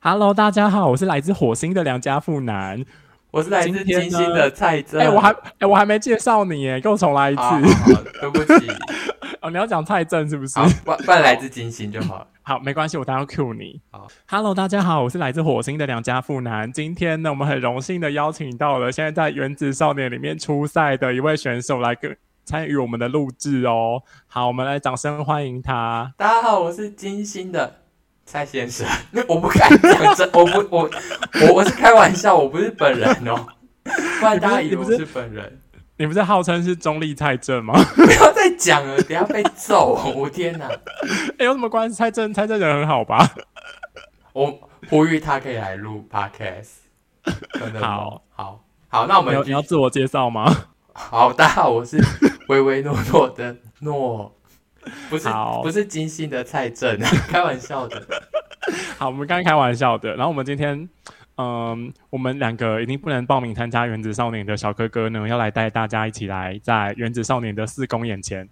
Hello，大家好，我是来自火星的良家妇男。我是来自今金天星呢的蔡真。哎、我还哎、我还没介绍你耶，给我重来一次。啊好，好好对不起， 哦，你要讲蔡正是不是？好，不不然来自金星就好了。 好，没关系，我待会 Q 你。好，Hello，大家好，我是来自火星的梁家富男。今天呢，我们很荣幸的邀请到了现在在原子少年里面出赛的一位选手来跟参与我们的录制哦。好，我们来掌声欢迎他。大家好，我是金星的蔡先生。 我不敢讲真， 我不，我我我是开玩笑，我不是本人哦。不然大家以为我是本人，你不是号称是中立蔡正吗？ 不要再讲了，等一下被揍。哦我天哪！哎、有什么关系？蔡正，蔡正人很好吧？我呼吁他可以来录 podcast，真的吗好，好，好，那我你要们你继要续。自我介绍吗？ 好，大家好，我是唯唯诺诺的诺，不是好不是金星的蔡正， 开玩笑的。好，我们刚刚开玩笑的。然后我们今天，嗯，我们两个一定不能报名参加《原子少年》的小哥哥呢，要来带大家一起来在《原子少年》的四公演前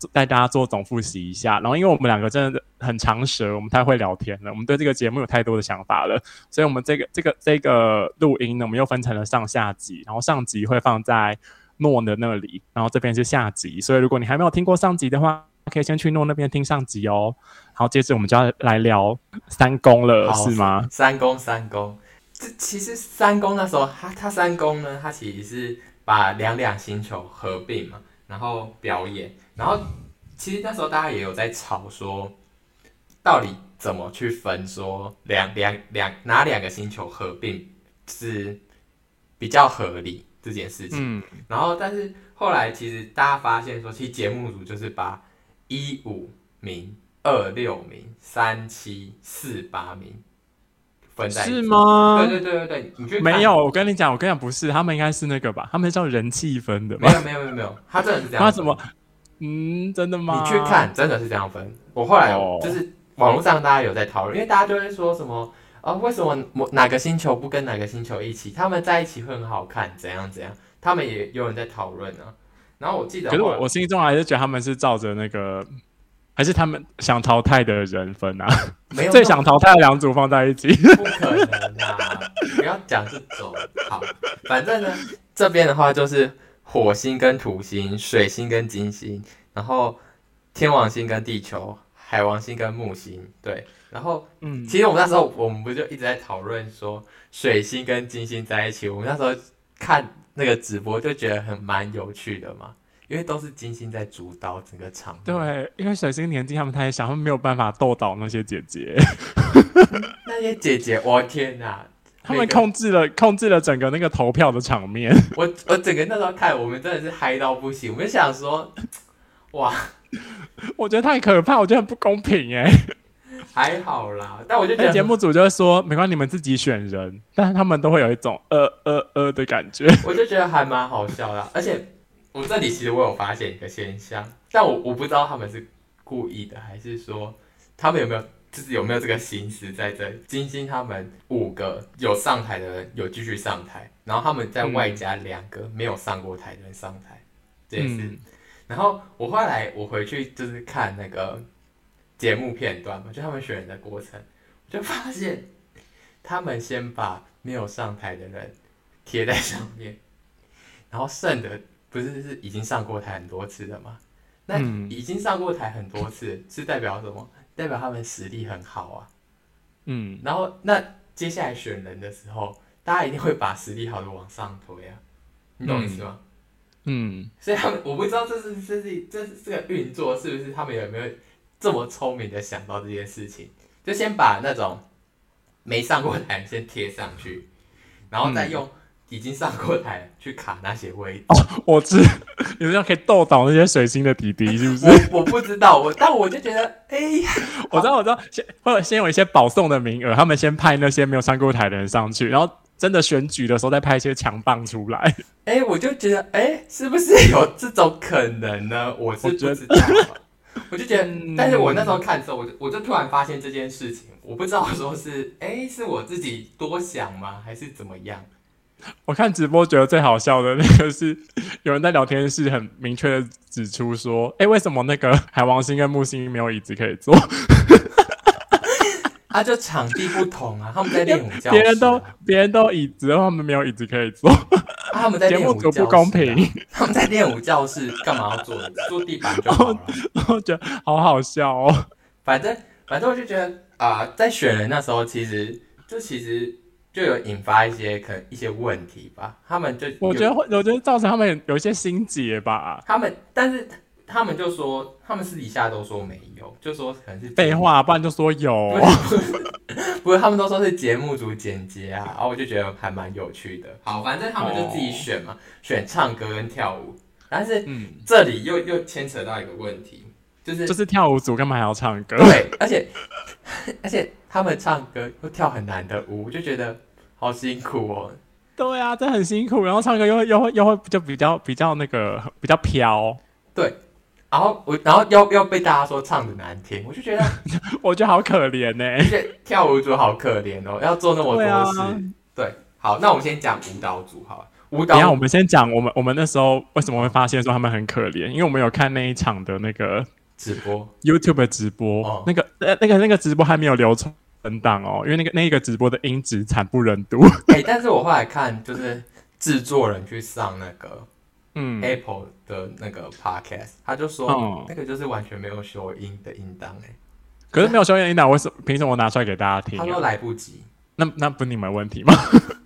做带大家做总复习一下。然后，因为我们两个真的很长舌，我们太会聊天了，我们对这个节目有太多的想法了，所以我们这个这个这个录音呢，我们又分成了上下集，然后上集会放在诺的那里，然后这边是下集。所以，如果你还没有听过上集的话，可以先去诺那边听上集哦。好，接着我们就要来聊三公了，好呃是吗？三公三公，这其实三公那时候他他三公呢，他其实是把两两星球合并嘛，然后表演，然后其实那时候大家也有在吵说，到底怎么去分说两两两哪两个星球合并是比较合理这件事情。嗯，然后，但是后来其实大家发现说，其实节目组就是把一五名、二六名、三七、四八名分在一起是？吗？对对对对对，你去看没有，，我跟你讲，我跟你讲，不是，他们应该是那个吧？他们叫人气分的没吧？有没有没有没有，他真的 是这样他分。怎么？嗯，真的吗？你去，看，真的是这样分。我后来哦就是网络上大家有在讨论，因为大家就会说什么啊、为什么某哪个星球不跟哪个星球一起？他们在一起会很好看，怎样怎样？他们也有人在讨论啊。然后我记得可是后来我我心中还是觉得他们是照着那个，还是他们想淘汰的人分啊？没有最那么想淘汰的两组放在一 起。不可能啊！不要讲这种。好，反正呢，这边的话就是火星跟土星、水星跟金星，然后天王星跟地球、海王星跟木星。对，然后嗯，其实我们那时候我们不就一直在讨论说水星跟金星在一起，我们那时候看那个直播就觉得很蛮有趣的嘛，因为都是金星在主导整个场面。对，啊因为水星年纪他们太小，他们没有办法斗倒那些姐 姐，那些姐姐，我天哪！他每们个控制了控制了整个那个投票的场面。 我我整个那时候看，我们真的是嗨到不行。我们想说，哇，我觉得太可怕，我觉得很不公平 哎、还好啦。但我就觉那得节，目组就会说，没关系，你们自己选人，但是他们都会有一种呃呃呃的感觉。我就觉得还蛮好笑的啊。而且我这里其实我有发现一个现象，但我我不知道他们是故意的，还是说他们有没有就是有没有这个心思在这里。金星他们五个有上台的人有继续上台，然后他们嗯在外加两个没有上过台的人上台，这也是嗯，然后我后来我回去就是看那个节目片段嘛，就他们选人的过程，我就发现他们先把没有上台的人贴在上面，然后剩的不是是已经上过台很多次的吗？那嗯已经上过台很多次是代表什么？代表他们实力很好啊。嗯，然后那接下来选人的时候，大家一定会把实力好的往上推啊，你懂我意思吗？嗯，所以他们我不知道这是这是这是这个运作是不是他们有没有这么聪明的想到这件事情，就先把那种没上过台先贴上去，然后再嗯用已经上过台去卡那些位置。我知， 你们要可以斗倒那些水星的弟弟，是不是？我我不知道，我但我就觉得，哎、呀， 我知道，我知道，先会有先有一些保送的名额，他们先派那些没有上过台的人上去，然后真的选举的时候再派一些强棒出来。 哎、我就觉得，哎、是不是有这种可能呢？我是我不觉得知道啊。我就觉得嗯，但是我那时候看的时候，我就我就突然发现这件事情，我不知道说是，哎、是我自己多想吗，还是怎么样？我看直播觉得最好笑的那个是， 有人在聊天室很明确的指出说，哎、为什么那个海王星跟木星没有椅子可以坐？啊，啊，就场地不同啊，他们在练舞教室啊，别人都别人都椅子，然后他们没有椅子可以坐， 啊他们在节练目舞教组室啊，不公平，他们在练舞教室干嘛要坐坐地板就好了？我觉得好好笑哦。反正反正我就觉得啊、在选人那时候，其实就其实就有引发一些可能一些问题吧。他们就我觉有得会，我觉得造成他们有一些心结吧。他们，但是他们就说他们私底下都说没有，就说可能是废，话，不然就说有不。是不是，他们都说是节目组剪接啊，然后我就觉得还蛮有趣的。好，反正他们就自己选哦嘛，选唱歌跟跳舞，但是嗯，这里又又牵扯到一个问题，就是就是跳舞组干嘛还要唱歌？对，而且 而且他们唱歌又跳很难的舞，我就觉得好辛苦哦。对啊，这很辛苦，然后唱歌又会又会又会就比较比较那个比较飘，然后我，然后要要被大家说唱的难听，我就觉得，我觉得好可怜欸呢、而且跳舞组好可怜哦，要做那么对啊多事。对，好，那我们先讲舞蹈组好了。舞等一下，我蹈们先讲我们我们那时候为什么会发现说他们很可怜，因为我们有看那一场的那个直播 YouTube 直播，哦那个呃那个那个直播还没有流传档哦，因为那个那个直播的音质惨不忍 睹。哎、但是我后来看就是制作人去上那个嗯， Apple 的那个 Podcast，他就说、嗯那个就是完全没有修音的音档哎、可是没有修音档，为什么凭什么我拿出来给大家听他说啊、来不及，那那不是你们问题吗？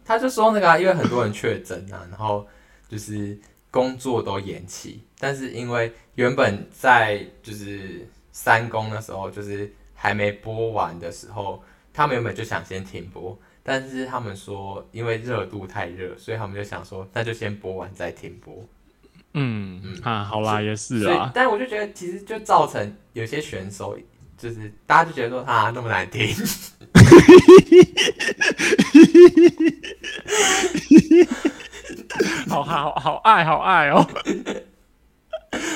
他就说那个、啊，因为很多人确诊啊，然后就是工作都延期，但是因为原本在就是三公的时候，就是还没播完的时候，他们原本就想先停播，但是他们说因为热度太热，所以他们就想说那就先播完再停播。嗯嗯啊，好啦，也是所以啊，，但我就觉得其实就造成有些选手就是大家就觉得说啊那么难听， 好好好爱好爱哦。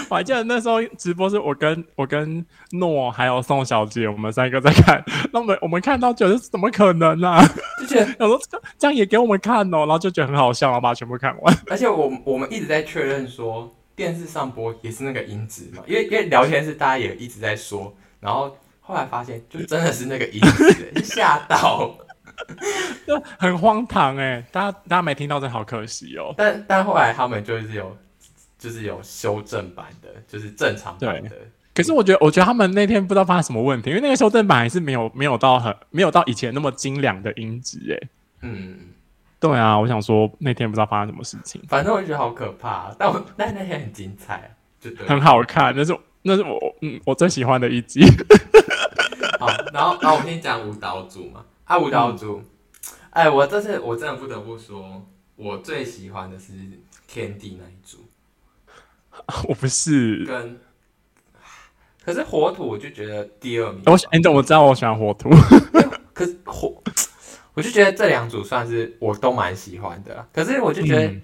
我还记得那时候直播是我跟我跟诺还有宋小姐，我们三个在看，那我们我们看到觉得怎么可能呢、啊？ 就觉得想说这这样也给我们看哦，然后就觉得很好笑，然后把它全部看完。 而且我我们一直在确认说电视上播也是那个音质嘛，因为因为聊天室大家也一直在说，然后后来发现就真的是那个音质，就 吓到。就很荒唐哎、大家大家没听到真的好可惜哦。但但后来他们就是有就是有修正版的，就是正常版的。可是我觉得，我觉得他们那天不知道发生什么问题，因为那个修正版还是没有没有到很没有到以前那么精良的音质哎、嗯，对啊，我想说那天不知道发生什么事情，反正我就觉得好可怕、啊但我但那天很精彩、啊，就 对。很好看，那是那是我我嗯我最喜欢的一集。 好，然后然后我先讲舞蹈组嘛，啊舞蹈组，哎、我这次我真的不得不说，我最喜欢的是天地那一组。我不是，跟，可是火土我就觉得第二名吧，我喜你怎么知道我喜欢火图？可是火，我就觉得这两组算是我都蛮喜欢的啦。可是我就觉得，嗯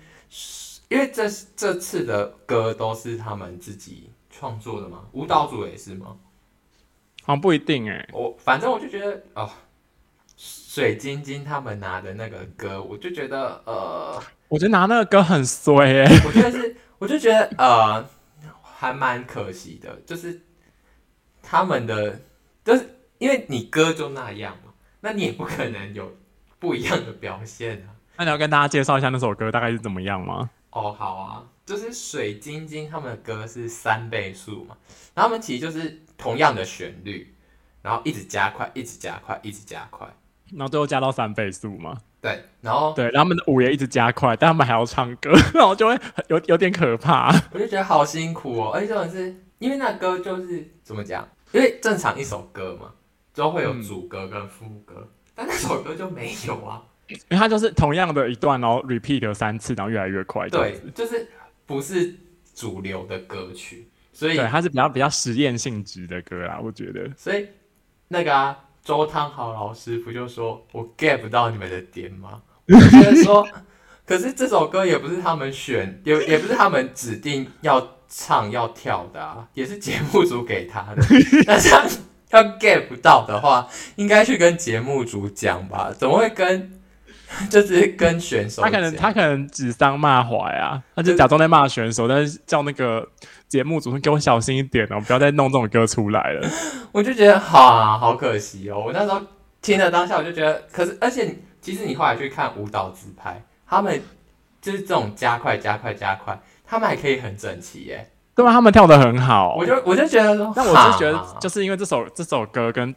因为这这次的歌都是他们自己创作的嘛，舞蹈组也是吗？好像不一定哎、我反正我就觉得哦，水晶晶他们拿的那个歌，我就觉得呃，我觉得拿那个歌很衰哎、 我觉得是，我就觉得呃，还蛮可惜的，就是他们的，就是因为你歌就那样嘛，那你也不可能有不一样的表现啊。那你要跟大家介绍一下那首歌大概是怎么样吗？哦，好啊，就是水晶晶他们的歌是三倍速嘛，然后他们其实就是同样的旋律，然后一直加快，一直加快，一直加快，然后最后加到三倍速嘛。对，然后对，然后他们的舞也一直加快，但他们还要唱歌， 然后就会很有有点可怕。 我就觉得好辛苦哦，而且重点是因为那歌就是怎么讲，因为正常一首歌嘛，都会有主歌跟副歌，但那首歌就没有啊。因为它就是同样的一段，然后 repeat 了三次，然后越来越快。这样对子，，就是不是主流的歌曲，所以对，它是比较比较实验性质的歌啦，我觉得。所以那个啊，周汤豪老师不就说我 get 不到你们的点吗？我就觉得说，可是这首歌也不是他们选，也也不是他们指定要唱要跳的啊，也是节目组给他的。 但是他要 get 不到的话，应该去跟节目组讲吧，怎么会跟 就是跟选手他讲？可能他可能指桑骂槐啊，他就假装在骂选手，但是叫那个节目组说给我小心一点哦，不要再弄这种歌出来了。我就觉得哈、好可惜哦！我那时候听了当下我就觉得，可是而且其实你后来去看舞蹈自拍，他们就是这种加快加快加快，他们还可以很整齐耶。 对啊吧？他们跳的很好我，就我就觉得说，哦但我是觉哈得就是因为这首这首歌跟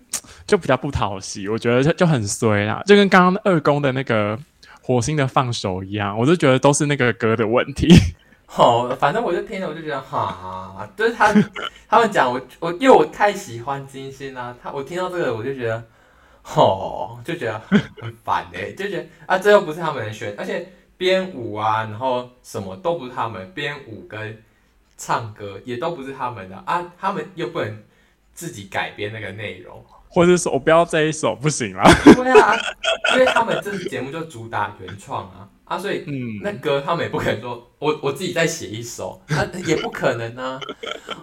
就比较不讨喜，我觉得就就很衰啦，就跟刚刚二宫的那个火星的放手一样，我就觉得都是那个歌的问题。 哦，反正我就听了，我就觉得哈，就是他他们讲我我，因为我太喜欢金星啦、他我听到这个我就觉得，哦，就觉得很很烦哎、就觉得啊，这又不是他们的选，而且编舞啊，然后什么都不是他们，编舞跟唱歌也都不是他们的啊，他们又不能自己改编那个内容，或者是我不要这一首不行啦，对啊，因为他们这节目就主打原创啊啊，所以 嗯，那歌他们也不可能说，我我自己再写一首，那、也不可能呢、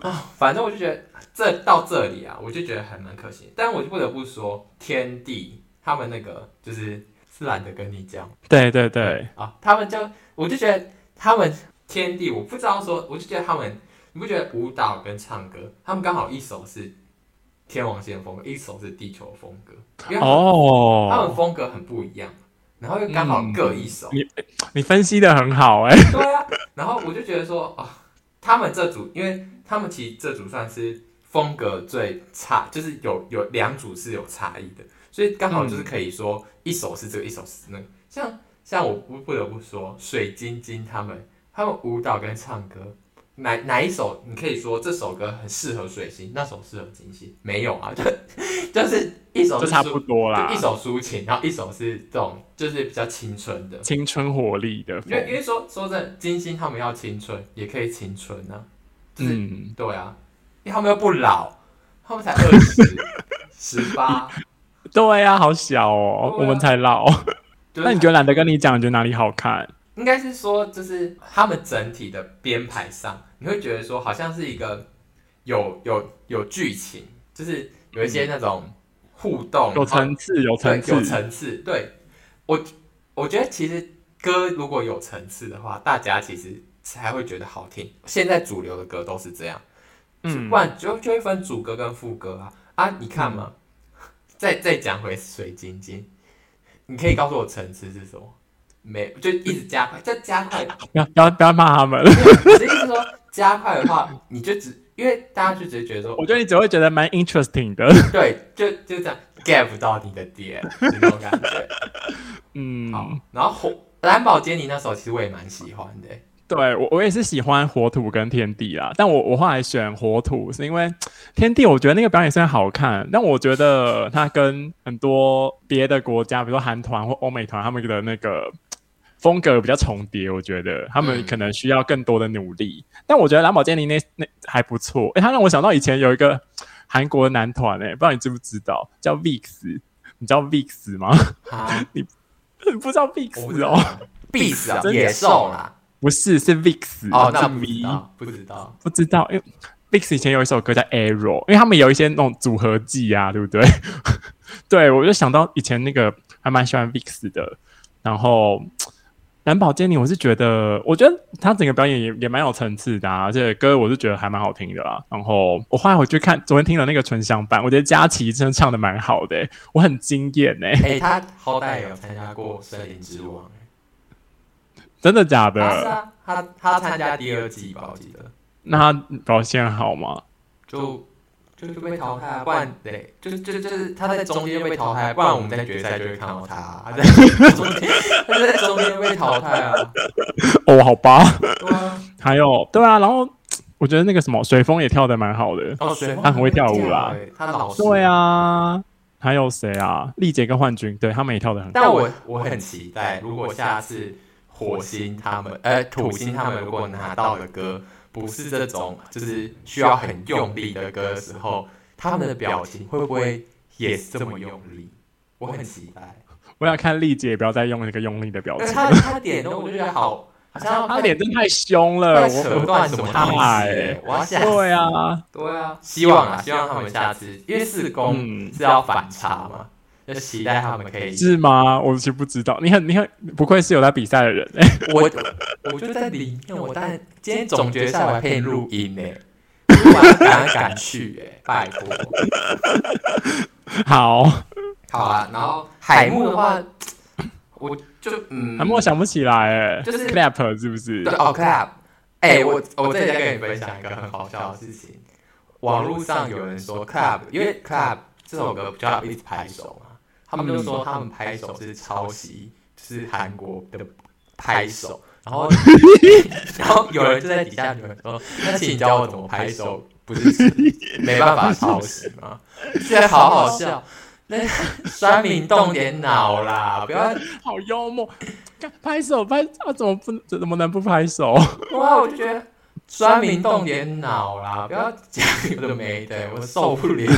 啊。反正我就觉得这到这里啊，我就觉得还蛮可惜。但我就不得不说，天地他们那个就是是懒得跟你讲对对对，啊，他们就我就觉得他们天地，我不知道说，我就觉得他们，你不觉得舞蹈跟唱歌，他们刚好一首是天王星的风格，一首是地球风格，因为他们,、他们哦，风格很不一样，然后又刚好各一首。你分析的很好哎、 对啊，然后我就觉得说，哦，他们这组，因为他们其实这组算是风格最差，就是有有两组是有差异的，所以刚好就是可以说一首是这个，一首是那个。像像我不不得不说，水晶晶他们，他们舞蹈跟唱歌。哪哪一首你可以说这首歌很适合水星，那首适合金星？没有啊，就 就是一首哦就是差抒不多啦就一，首抒情，然后一首是这种就是比较青春的，青春活力的因为因风，为说说真的，金星他们要青春，也可以青春啊，就是、嗯，对啊，因为他们又不老，他们才 二十、十八。对呀、好小哦，对啊啊我们才老。就是那你觉得懒得跟你讲，你觉得哪里好看？应该是说，就是他们整体的编排上，你会觉得说好像是一个有有有剧情，就是有一些那种互动，嗯有然后层次，有对层，有次，层次。对我，我觉得其实歌如果有层次的话，大家其实才会觉得好听。现在主流的歌都是这样，嗯不，然就就会分主歌跟副歌啊啊！你看嘛， 再再讲回水晶晶，你可以告诉我层次是什么？没，就一直加快，再加快。 不要不要不要骂他们。 我的意思是说，加快的话，你就只因为大家就直接觉得说，我觉得你只会觉得蛮 interesting 的，对，就就这样 get 不到你的点那种感 觉。好嗯，，然后火蓝宝坚尼那首其实我也蛮喜欢的、对我我也是喜欢火土跟天地啦，但我我后来选火土是因为天地，我觉得那个表演虽然好看，但我觉得它跟很多别的国家，比如说韩团或欧美团，他们的那个风格比较重叠，我觉得他们嗯可能需要更多的努力。但我觉得蓝宝坚尼那那还不错，诶、他让我想到以前有一个韩国的男团、诶，不知道你知不知道，叫 VIX，你知道 VIX 吗？ 啊，你不知道我 VIX 知道哦。必死啊，真的野兽啦。不是，是 VIX 哦，那是我不知 V，道，不知道。不知道，因为 VIX 以前有一首歌叫 Arrow，因为他们有一些那种组合技啊，对不对？ 对，我就想到以前那个还蛮喜欢 VIX 的，然后蓝宝坚尼，我是觉得，我觉得他整个表演也也蛮有层次的、啊，而且歌我是觉得还蛮好听的啦。然后我后来回去看，昨天听了那个纯享版，我觉得佳琪真的唱的蛮好的欸、我很惊艳哎、哎、他好歹也有参加过《森林之王》真的假他是的？啊，他他参加第二季吧，我记得，那他表现好吗？就就就被淘汰啊，不然对，就就就是他在中间就被淘汰，不然我们在决赛就会看到他啊，他在中间，他就在中间被淘汰啊，哦，好吧。对啊， 还有，对啊，然后我觉得那个什么水风也跳的蛮好的，哦，水他很会跳舞啦，他老师对，啊，还有谁啊？丽姐跟幻君，对他们也跳的很好。但我我很期待，如果下次火星他们，呃，土星他们如果拿到的歌不是这种，就是需要很用力的歌的时候，他们的表情会不会也是这么用力？我很期待。我想看丽姐不要再用那个用力的表因为情，他他点的我就觉得好，好像她脸真的太凶了，在我扯断什么东西哎耶，我要吓死。对啊，对啊，希望啊，希望他们下次，因为四公嗯，是要反差嘛，就期待他们可以。是吗？我其实不知道，你很你很不愧是有在比赛的人，哎我我就在里面，我但今天总决赛我还可以录音欸 呢、欸我要赶来赶去哎、拜托。 好，好啊，然后海木的话，我就嗯，还没有啊想不起来、欸，就是 clap 是不是对？哦，clap，哎、我我这里再跟你分享一个很好笑的事情，网络上有人说 clap，因为 clap 这首歌不就要一直拍手嘛，他们就说他们拍手是抄袭，就是韩国的拍手，然后 然后有人就在底下留言说，那请你教我怎么拍手，不 是没办法抄袭吗？觉得好 好笑。那 酸民动点脑啦，不要好幽默，干拍手拍啊，怎么不怎么能不拍手？ 哇，我就觉得酸民动点脑啦，不要讲有的没的，我受不了。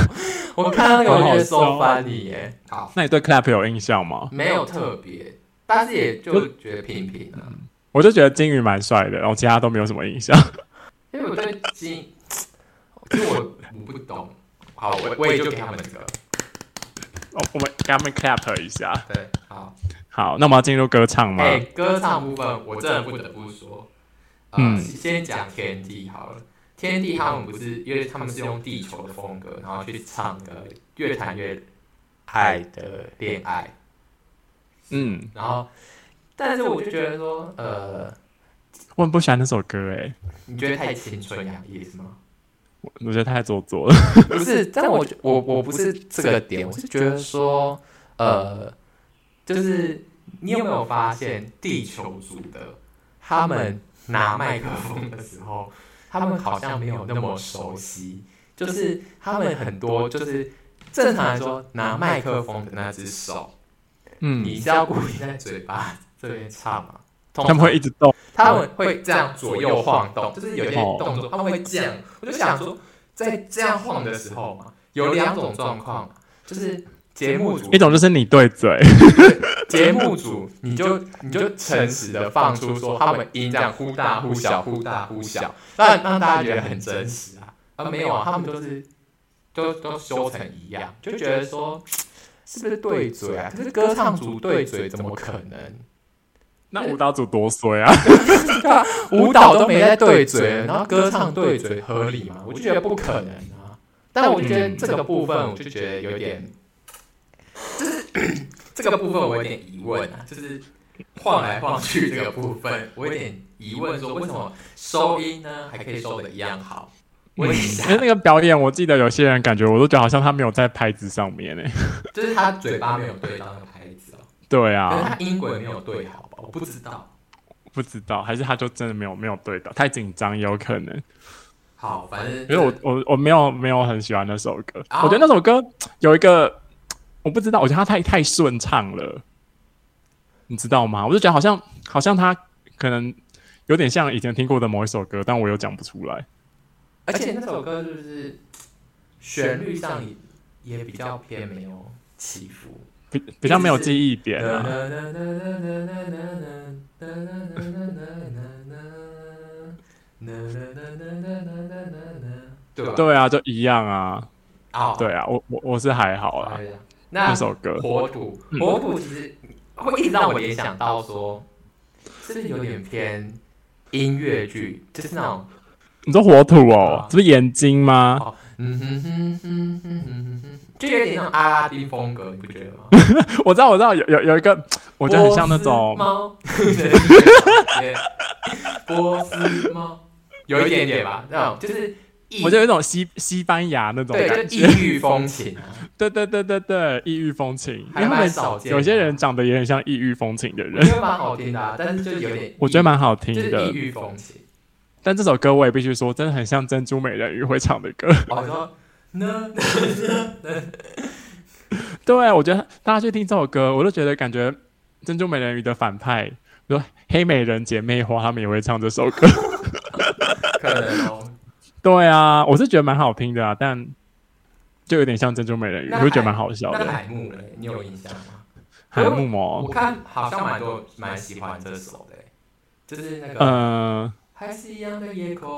我看到有人受翻你耶，好，那你对 clap 有印象吗？没有特别，但是也就觉得平平啊，我就觉得金鱼蛮帅的，然后其他都没有什么印象。因为我对金，因为我我不懂。好，我我也就给他们这个，我哦我们给他们 clap 一下。对，好。好，那我们要进入歌唱吗？哎、歌唱部分我真的不得不说，呃，嗯先讲天地好了。天地他们不是，因为他们是用地球的风格，然后去唱歌，越谈越爱的恋爱。嗯，然后，但是我就觉得说，呃，我很不喜欢那首歌、欸，你觉得太青春洋溢是吗？我我觉得太做作了。不是，但我觉我我不是这个点，我是觉得说，呃，就是你有没有发现地球组的他们拿麦克风的时候，他们好像没有那么熟悉，就是他们很多就是正常来说拿麦克风的那只手，嗯，你是要故意在嘴巴这边唱吗？通他们会一直动。他们会这样左右晃动，就是有些动作他们会这样。我就想说，在这样晃的时候嘛，有两种状况，就是节目组一种就是你对嘴， 节目组，你就你就诚实的放出说他们音这样忽大忽小，忽大忽小，让让大家觉得很真实啊。啊，没有啊，他们就是都都修成一样，就觉得说是不是对嘴啊？可是歌唱组对嘴怎么可能？那舞蹈组多衰啊！舞蹈都没在对嘴了，然后歌唱对嘴合理吗？我就觉得不可能啊。但我觉得这个部分，我就觉得有点， 就是这个部分我有点疑问啊，就是晃来晃去这个部分，我有点疑问说为什么收音呢还可以收的一样好？问一因为下，那个表演，我记得有些人感觉我都觉得好像他没有在拍子上面诶、哎就是他嘴巴没有对到那个拍子哦，对可是啊，他音轨没有对好吧？我不知道。不知道，还是他就真的没有没有对到，太紧张也有可能。好，反正因为我我我没有没有很喜欢那首歌，啊我觉得那首歌有一个我不知道，我觉得它太太顺畅了，你知道吗？我就觉得好像好像它可能有点像以前听过的某一首歌，但我又讲不出来。而且那首歌就是旋律上也也比较偏没有起伏。比比较没有记忆点啊，对吧？对啊，就一样啊，啊，对啊，我我我是还好啦，对呀。那那首歌火土，嗯火土其实会一直让我联想到说，是不是有点偏音乐剧，就是那种你说火土哦啊，是不是眼睛吗？哦，嗯哼哼哼哼哼哼，就有点那种阿拉丁风格，你不觉得吗？我知道，我知道，有有有一个，我觉得很像那波种斯，猫，波斯猫，有一点点吧，那种就是异，我觉得有一种西西班牙那种对，感就觉，异域风情啊，对对对对对，异域风情，因为还他蛮们少见的。有些人长得也很像异域风情的我人，觉得蛮好听的啊，但是就有点异，我觉得蛮好就听是异的。域风情。但这首歌我也必须说，真的很像珍珠美人鱼会唱的歌。 我说呢，对，我觉得大家去听这首歌，我都觉得感觉珍珠美人鱼的反派，比如说黑美人姐妹花，他们也会唱这首歌。 可能哦。对啊，我是觉得蛮好听的啊，但就有点像珍珠美人鱼，那我就觉得海蛮好笑那的。海木嘞，你有印象吗？海我木我毛，看好像蛮多蛮喜欢这首的欸，就是那个嗯。还是一样的夜空。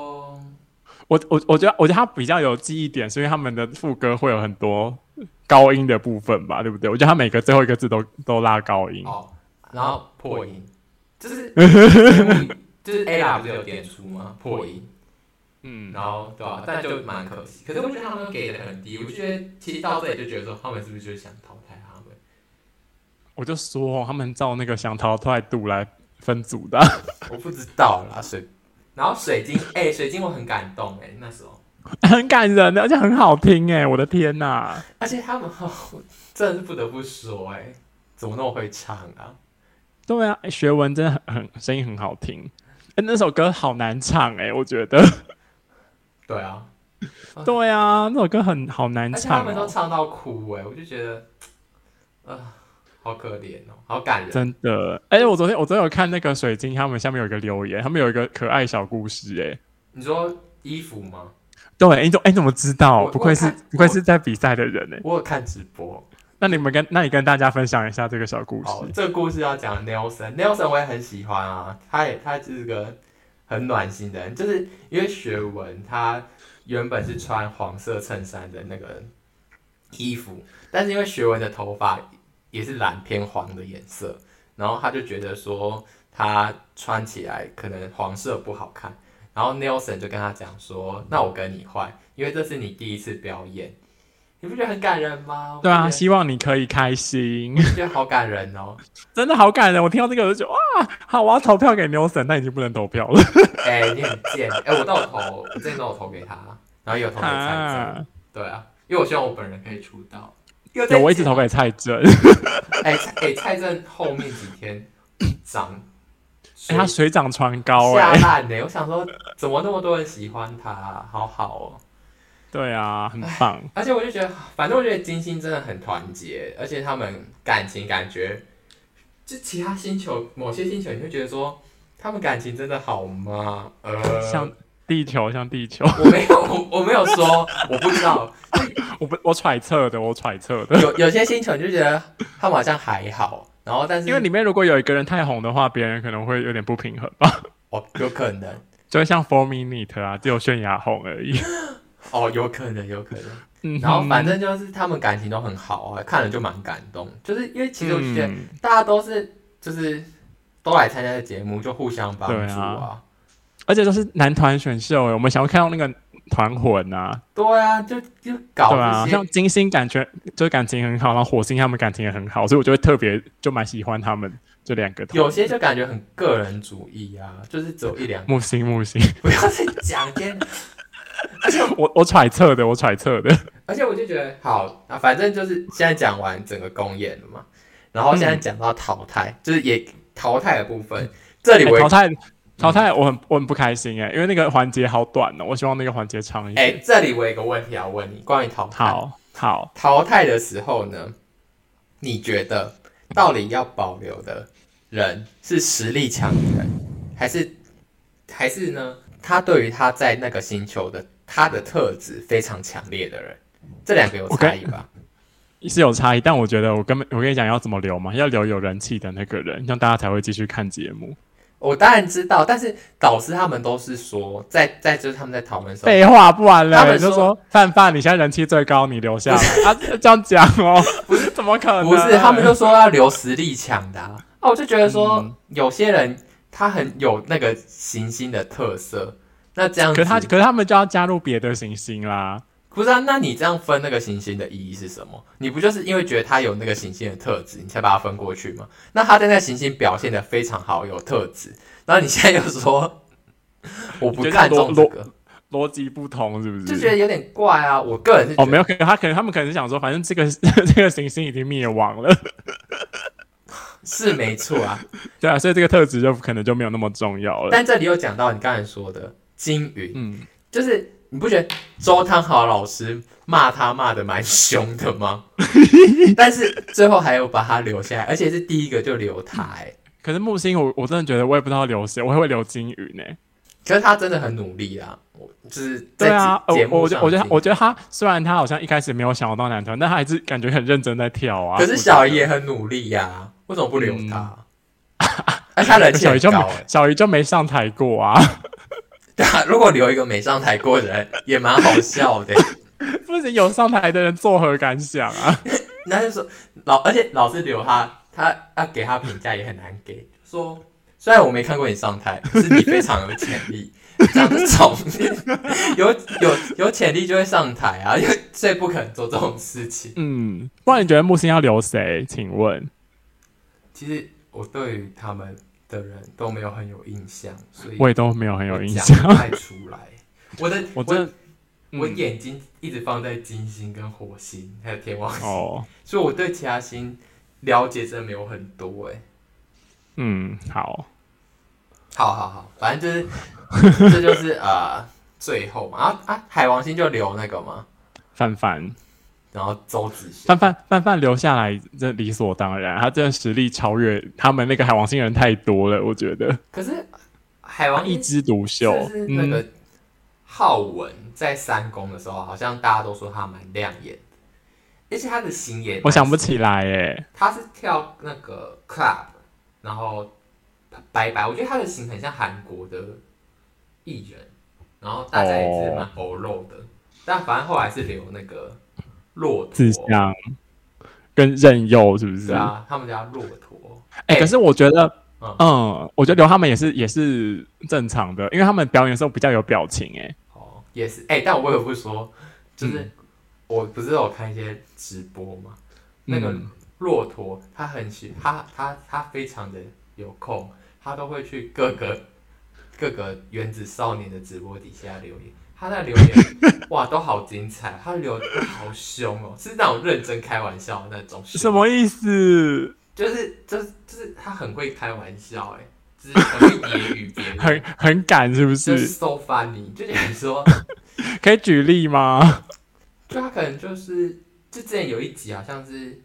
我我我觉得我觉得他比较有记忆点，是因为他们的副歌会有很多高音的部分吧，对不对？我觉得他每个最后一个字都都拉高音，哦，然后破音，就是 节目就是 A 啦不是有点出吗？破音，嗯，然后对吧、但就蛮可惜。可是我觉得他们给的很低，我觉得其实到这里就觉得说他们是不是就想淘汰他们？我就说哦他们照那个想逃脱赌来分组的。 我不知道啦，水。 然后水晶，哎、水晶我很感动哎、那时候，很感人的，而且很好听哎、我的天呐！而且他们 好，我真的是不得不说哎、怎么那么会唱啊？对啊，欸学文真的很很声音很好听。哎、那首歌好难唱哎、我觉得。对啊， 对啊，那首歌很好难而且他唱、们都哦，唱到哭哎、我就觉得，啊、好可怜哦，好感人。真的。哎、我昨天我昨天有看那个水晶，他们下面有一个留言，他们有一个可爱小故事哎、你说衣服吗？对，哎、你怎哎、你怎么知道？我不愧是我看不愧是在比赛的人哎、我有看直播。那你们跟那你跟大家分享一下这个小故好事，。这个故事要讲 Nelson，Nelson 我也很喜欢啊，他也他就是个很暖心的人，就是因为学文他原本是穿黄色衬衫的那个衣服，但是因为学文的头发也是蓝偏黄的颜色，然后他就觉得说他穿起来可能黄色不好看，然后 Nelson 就跟他讲说，那我跟你换，因为这是你第一次表演，你不觉得很感人吗？对啊，我觉希望你可以开心。 得觉得好感人哦。真的好感人！我听到这个我就觉得哇，好，我要投票给 Nelson，但已经不能投票了。哎、你很贱！哎、我都有投，我之前都有投给他，然后也有投给蔡政。啊，对啊，因为我希望我本人可以出道。有有我一直投。给蔡真，哎、蔡哎、蔡政后面几天涨， 哎他水涨船高下哎、烂呢、欸我想说，怎么那么多人喜欢他、好好哦、对啊，很棒。而且我就觉得，反正我觉得金星真的很团结，而且他们感情感觉，就其他星球某些星球，你会觉得说，他们感情真的好吗？呃，像地球，像地球， 我没有，我我没有说，我不知道。我不，我揣测的，我揣测 的。有有些星球你就觉得他们好像还好，然后但是因为里面如果有一个人太红的话，别人可能会有点不平衡吧，哦有可能就会像 Four Minute 啊，只有泫雅红而已。哦有可能有可能，嗯哼，然后反正就是他们感情都很好啊，看了就蛮感动，就是因为其实我觉得嗯大家都是就是都来参加的节目就互相帮对助啊啊，而且都是男团选秀哎、我们想要看到那个团魂啊，对啊，就就搞对啊，这些像金星感觉就是感情很好，然后火星他们感情也很好，所以我就会特别就蛮喜欢他们这两个团。有些就感觉很个人主义啊，就是只有一两，木星木星， 不要再讲天我我揣测的，我揣测的。而且我就觉得好啊，反正就是现在讲完整个公演了嘛，然后现在讲到淘汰，就是也淘汰的部分，这里欸嗯我淘汰淘汰，我很我很不开心哎、因为那个环节好短哦、我希望那个环节长一哎、点。这里我有一个问题要问你，关于淘汰，好好，淘汰的时候呢，你觉得到底要保留的人是实力强的人，还是还是呢？他对于他在那个星球的他的特质非常强烈的人，这两个有差异吧？是有差异，但我觉得我根本我跟你讲要怎么留嘛，要留有人气的那个人，让大家才会继续看节目。我当然知道，但是导师他们都是说，在在就是他们在讨论的时候，废话，不然他嘞，们就说说范范，你现在人气最高，你留下 来啊，这样讲哦、不是怎么可能？不是他们就说要留实力强的啊。啊，我就觉得说、嗯有些人他很有那个行星的特色，那这样可子是他可是他们就要加入别的行星啦。不是啊？那你这样分那个行星的意义是什么？你不就是因为觉得他有那个行星的特质，你才把它分过去吗？那他在那个行星表现的非常好，有特质，然后你现在又说我你不觉得看重这罗个，逻辑不同是不是？就觉得有点怪啊。我个人是觉哦，得没有，可能他可能他们可能是想说，反正这个 这个行星已经灭亡了， 是没错啊，对啊，所以这个特质就可能就没有那么重要了。但这里又讲到你刚才说的金鱼，嗯，就是你不觉得周汤豪老师骂他骂的蛮凶的吗？ 但是最后还有把他留下来，而且是第一个就留他、欸，可是木星我，我真的觉得我也不知道留谁，我也会留金欸鱼呢、可是他真的很努力啊，我就是对在啊，呃节我目我觉上得我觉得他我觉得听他虽然他好像一开始没有想要当男团，但他还是感觉很认真在跳啊。可是小姨也我很努力呀、为什么不留他？而且他人觉得气嗯 小鱼就很没高、欸，小鱼就没上台过啊， 对啊，如果留一个没上台过的人，也蛮好笑的欸、不是有上台的人作何感想 啊？那就说老，而且老师留他，他要给他评价也很难给。说虽然我没看过你上台，是你非常有潜力，这样子种有有有潜力就会上台啊，因为最不可能做这种事情。嗯，不然你觉得木星要留谁？请问其实我对于他们的人都没有很有印象，所以我也都没有很有印我象。讲不太出来。我的 我我真的我嗯眼睛一直放在金星跟火星，还有天王星，哦，所以我对其他星了解真的没有很多哎、嗯，好，好好好，反正就是 这就是呃最后嘛，啊啊，海王星就留那个嘛，范范然后周子璇，范范范范留下来，这理所当然，他真的实力超越他们那个海王星人太多了，我觉得可是海他王一星枝独秀嗯是不。是那嗯，个浩文在三宫的时候，好像大家都说他蛮亮眼的，而且他的星也蛮我想不起来欸诶、他是跳那个 club，然后拜拜，我觉得他的型很像韩国的艺人，然后大家也是哦蛮欧露的，但反正后来是留那个骆志驼，向跟任佑是不是对？啊，他们叫骆驼，哎、哎可是我觉得，嗯嗯我觉得留他们也是也是正常的，因为他们表演的时候比较有表情、哎，哦，也是，哎、但我也不说，就是、嗯我不是有看一些直播嘛，那个嗯骆驼他很喜，他他他非常的有空，他都会去各个各个原子少年的直播底下留言，他那留言哇都好精彩，他留的好凶哦，是那种认真开玩笑的那种凶，什么意思？就是就是就是他很会开玩笑哎、就是很会揶揄别 很人，很敢是不就是是？ so funny，就想说。可以举例吗？ 就他可能就是，就之前有一集好像是，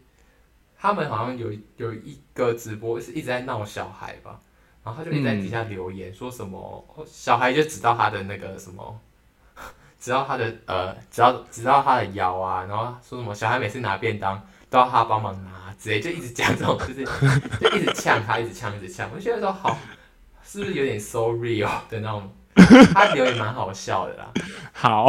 他们好像有有一个直播是一直在闹小孩吧，然后他就一直在底下留言、说什么，哦小孩就指到他的那个什么，指到他的呃，指到指到他的腰啊，然后说什么小孩每次拿便当都要他帮忙拿之类，就一直讲这种，就是就一直呛他，一直呛，一直呛，我就觉得说好，是不是有点 so real 的那种？他留言蛮好笑的啦。好，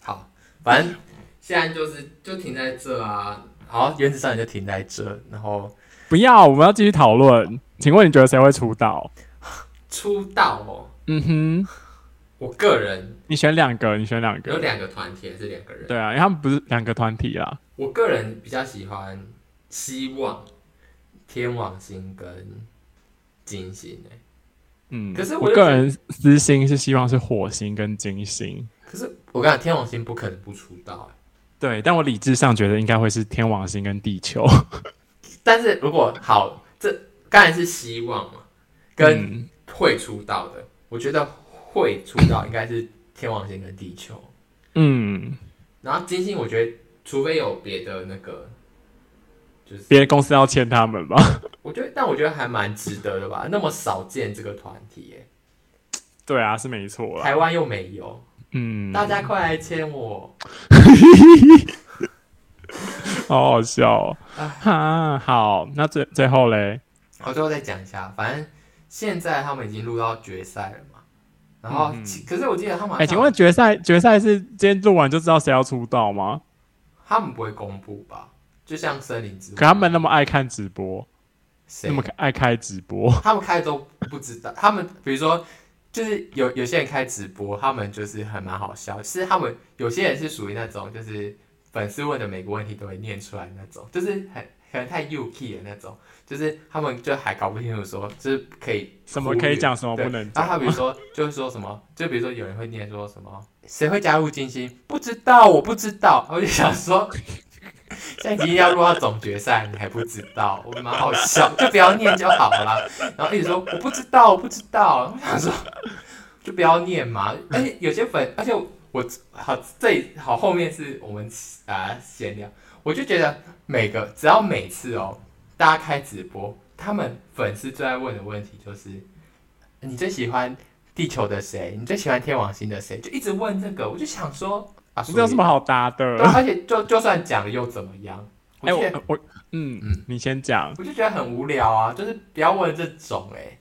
好，反正 现在就是就停在这啊。好，原子少年就停在这，然后不要，我们要继续讨论。请问你觉得谁会出道？出道哦。嗯哼，我个人你选两个，你选两有个。两个团体，还是两个人。对啊，因为他们不是两个团体啦。我个人比较喜欢希望天王星跟金星诶、欸嗯，可是我我就个人私心是希望是火星跟金星。可是我跟你讲，天王星不可能不出道、欸对，但我理智上觉得应该会是天王星跟地球。欸、但是如果好，这当然是希望嘛，跟嗯会出道的，我觉得会出道应该是天王星跟地球。嗯，然后金星，我觉得除非有别的那个，就是别的公司要签他们吧。我觉得，但我觉得还蛮值得的吧。那么少见这个团体耶，对啊，是没错啦。台湾又没有，嗯，大家快来签我！好好笑、哦。唉哈，好，那最最后嘞，我最后再讲一下，反正现在他们已经录到决赛了嘛。然后，嗯其可是我记得他们好像，哎、请问决赛决赛是今天录完就知道谁要出道吗？他们不会公布吧？就像森林之王，可他们那么爱看直播，谁那么爱开直播，他们开的都不知道，他们比如说，就是有有些人开直播，他们就是还蛮好笑，是他们有些人是属于那种就是粉丝问的每个问题都会念出来那种，就是很可能太 UK 的那种，就是他们就还搞不清楚说，就是可以 什么可以讲，什么对不能然后他讲。比如说 就是说什么，就比如说有人会念说什么，谁会加入金星？不知道，我不知道。我就想说， 现在已经要落到总决赛，你还不知道，我蛮好笑， 就不要念就好了。然后一直说我不知道，我不知道。我想说，就不要念嘛。而且有些粉，而且我好这里好后面是我们啊闲聊，我就觉得每个只要每次哦，大家开直播，他们粉丝最爱问的问题就是。你最喜欢地球的谁？你最喜欢天王星的谁？就一直问这个，我就想说 啊，不知道什么好答所以？的对，。啊而且就就算讲了又怎么样？我哎、就觉得、我我嗯嗯，你先讲。我就觉得很无聊啊，就是不要问这种哎、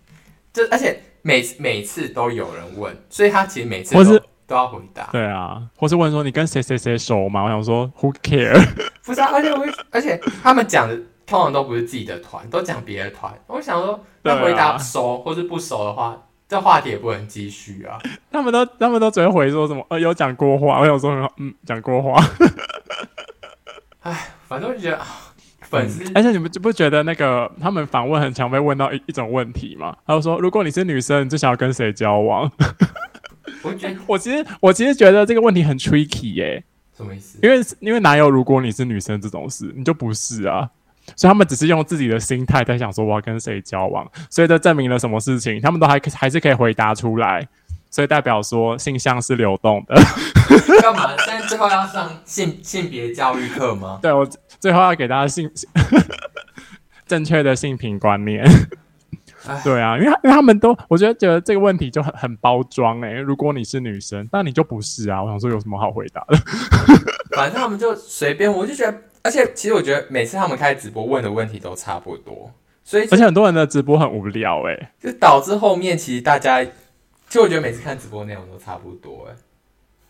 就而且每每次都有人问，所以他其实每次或都是都要回答，对啊，或是问说你跟谁谁谁熟吗？我想说 Who care？ 不是、啊？而且我就而且他们讲的通常都不是自己的团，都讲别的团。我想说，对啊那回答熟或是不熟的话，这话题也不能继续啊。他们都他们都只会回说什么呃有讲过话，我想说嗯讲过话，反正我就觉得啊粉丝嗯而且你们就不觉得那个他们访问很常被问到一一种问题吗？他就说，如果你是女生，你最想要跟谁交往？ 我觉得我其实我其实觉得这个问题很 tricky 耶、什么意思？因为因为哪有如果你是女生这种事，你就不是啊。所以他们只是用自己的心态在想说我要跟谁交往，所以这证明了什么事情，他们都还还是可以回答出来，所以代表说性向是流动的。干嘛？现在最后要上性性别教育课吗？对我最后要给大家性正确的性平观念唉。对啊，因为他因为他们都，我觉得觉得这个问题就很很包装哎、如果你是女生，那你就不是啊。我想说有什么好回答的？反正他们就随便，我就觉得，而且其实我觉得每次他们开直播问的问题都差不多，所以而就且很多人的直播很无聊哎、就导致后面其实大家，其实我觉得每次看直播内容都差不多哎、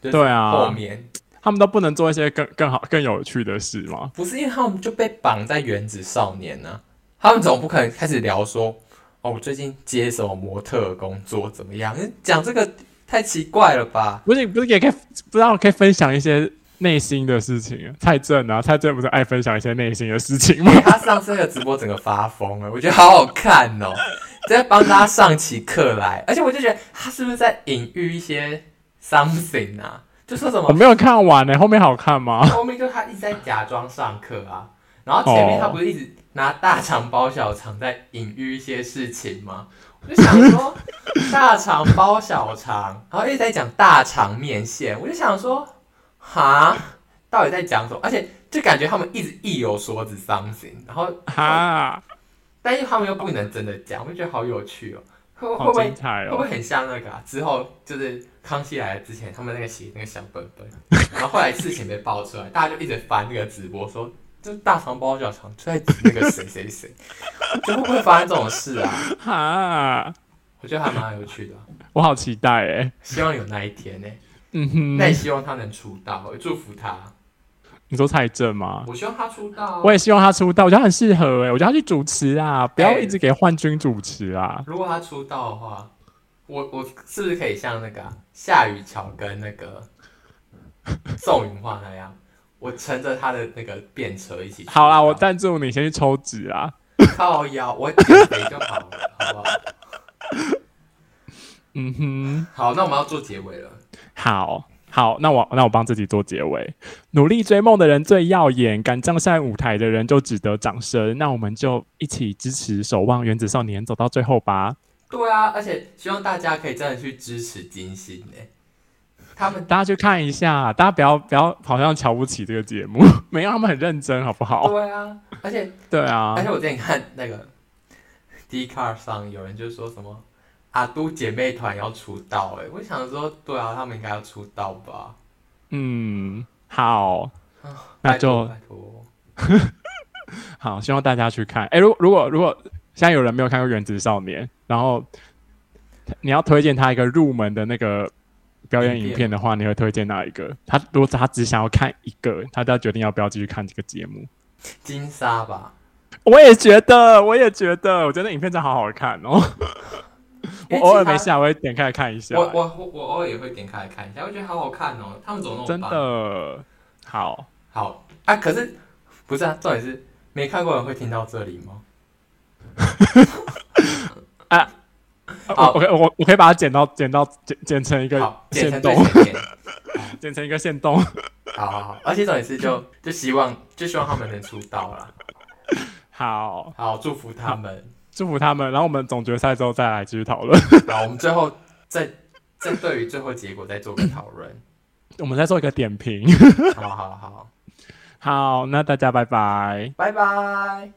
就是对啊后面他们都不能做一些更更好更有趣的事吗？不是因为他们就被绑在原子少年呢、啊他们总不可能开始聊说，哦，我最近接什么模特儿工作怎么样？讲这个太奇怪了吧？不是不是也可以不知道可以分享一些内心的事情。蔡正啊，蔡正不是爱分享一些内心的事情吗 欸、？他上次那个直播整个发疯了，我觉得好好看哦，在帮大家上起课来，而且我就觉得他是不是在隐喻一些 something 啊？就说什我么没有看完欸呢、后面好看吗？ 后面就他一直在假装上课啊，然后前面他不是一直拿大肠包小肠在隐喻一些事情吗？我就想说大肠包小肠，然后一直在讲大肠面线，我就想说哈，到底在讲什么？而且就感觉他们一直意有所指 something，然后哈，但是他们又不能真的讲，我就觉得好有趣哦。会会好不会、精彩会不哦！会很像那个、啊、之后就是康熙来了之前，他们那个写那个小本本，然后后来事情被爆出来，大家就一直翻那个直播说，就是大肠包小肠就在指那个谁谁谁， 就会不会发生这种事啊？哈，我觉得还蛮有趣的啊、我好期待哎、希望有那一天呢、嗯那也哼，希望他能出道，我祝福他。你说蔡正吗？我希望他出道啊。我也希望他出道，我觉得他很适合哎、我觉得他去主持啊，不要哎一直给幻君主持啊。如果他出道的话，我我是不是可以像那个啊夏雨乔跟那个宋云画那样，我乘着他的那个便车一起出道？好啦，我赞助你先去抽脂啊。靠腰，我减肥就好了，好不好？嗯哼。好，那我们要做结尾了。好好，那我那我帮自己做结尾。努力追梦的人最耀眼，敢站上舞台的人就值得掌声。那我们就一起支持守望原子少年走到最后吧。对啊，而且希望大家可以真的去支持金星呢、他们大家去看一下，大家不要不要好像瞧不起这个节目， 没有他们很认真，好不好？对啊，而且哦对啊而，且我之前看那个 D Car 上有人就说什么阿都姐妹团要出道哎、我想说对啊，他们应该要出道吧？嗯，好啊，那就拜托好，希望大家去看。哎、如如果如果现在有人没有看过《原子少年》，然后你要推荐他一个入门的那个表演影片的话，你会推荐哪一个？他如果他只想要看一个，他就要决定要不要继续看这个节目。金沙吧，我也觉得，我也觉得，我觉得影片真的好好看哦。我因为偶尔其他没事，啊，我会点开来看一下、我我我我偶尔也会点开来看一下，我觉得好好看哦，他们怎么那么真棒的好。好啊，可是不是啊？重点是没看过的人会听到这里吗？呃好我我我我可以把它剪到剪到剪剪成一个好，剪线成最动， 前面。 剪成一个线动。好好好，而且重点是就就希望就希望他们能出道啦。好，好，祝福他们。祝福他们。然后我们总决赛之后再来继续讨论。 好，我们最后再再对于最后结果再做个讨论。我们再做一个点评。好好好，好，那大家拜拜。拜拜。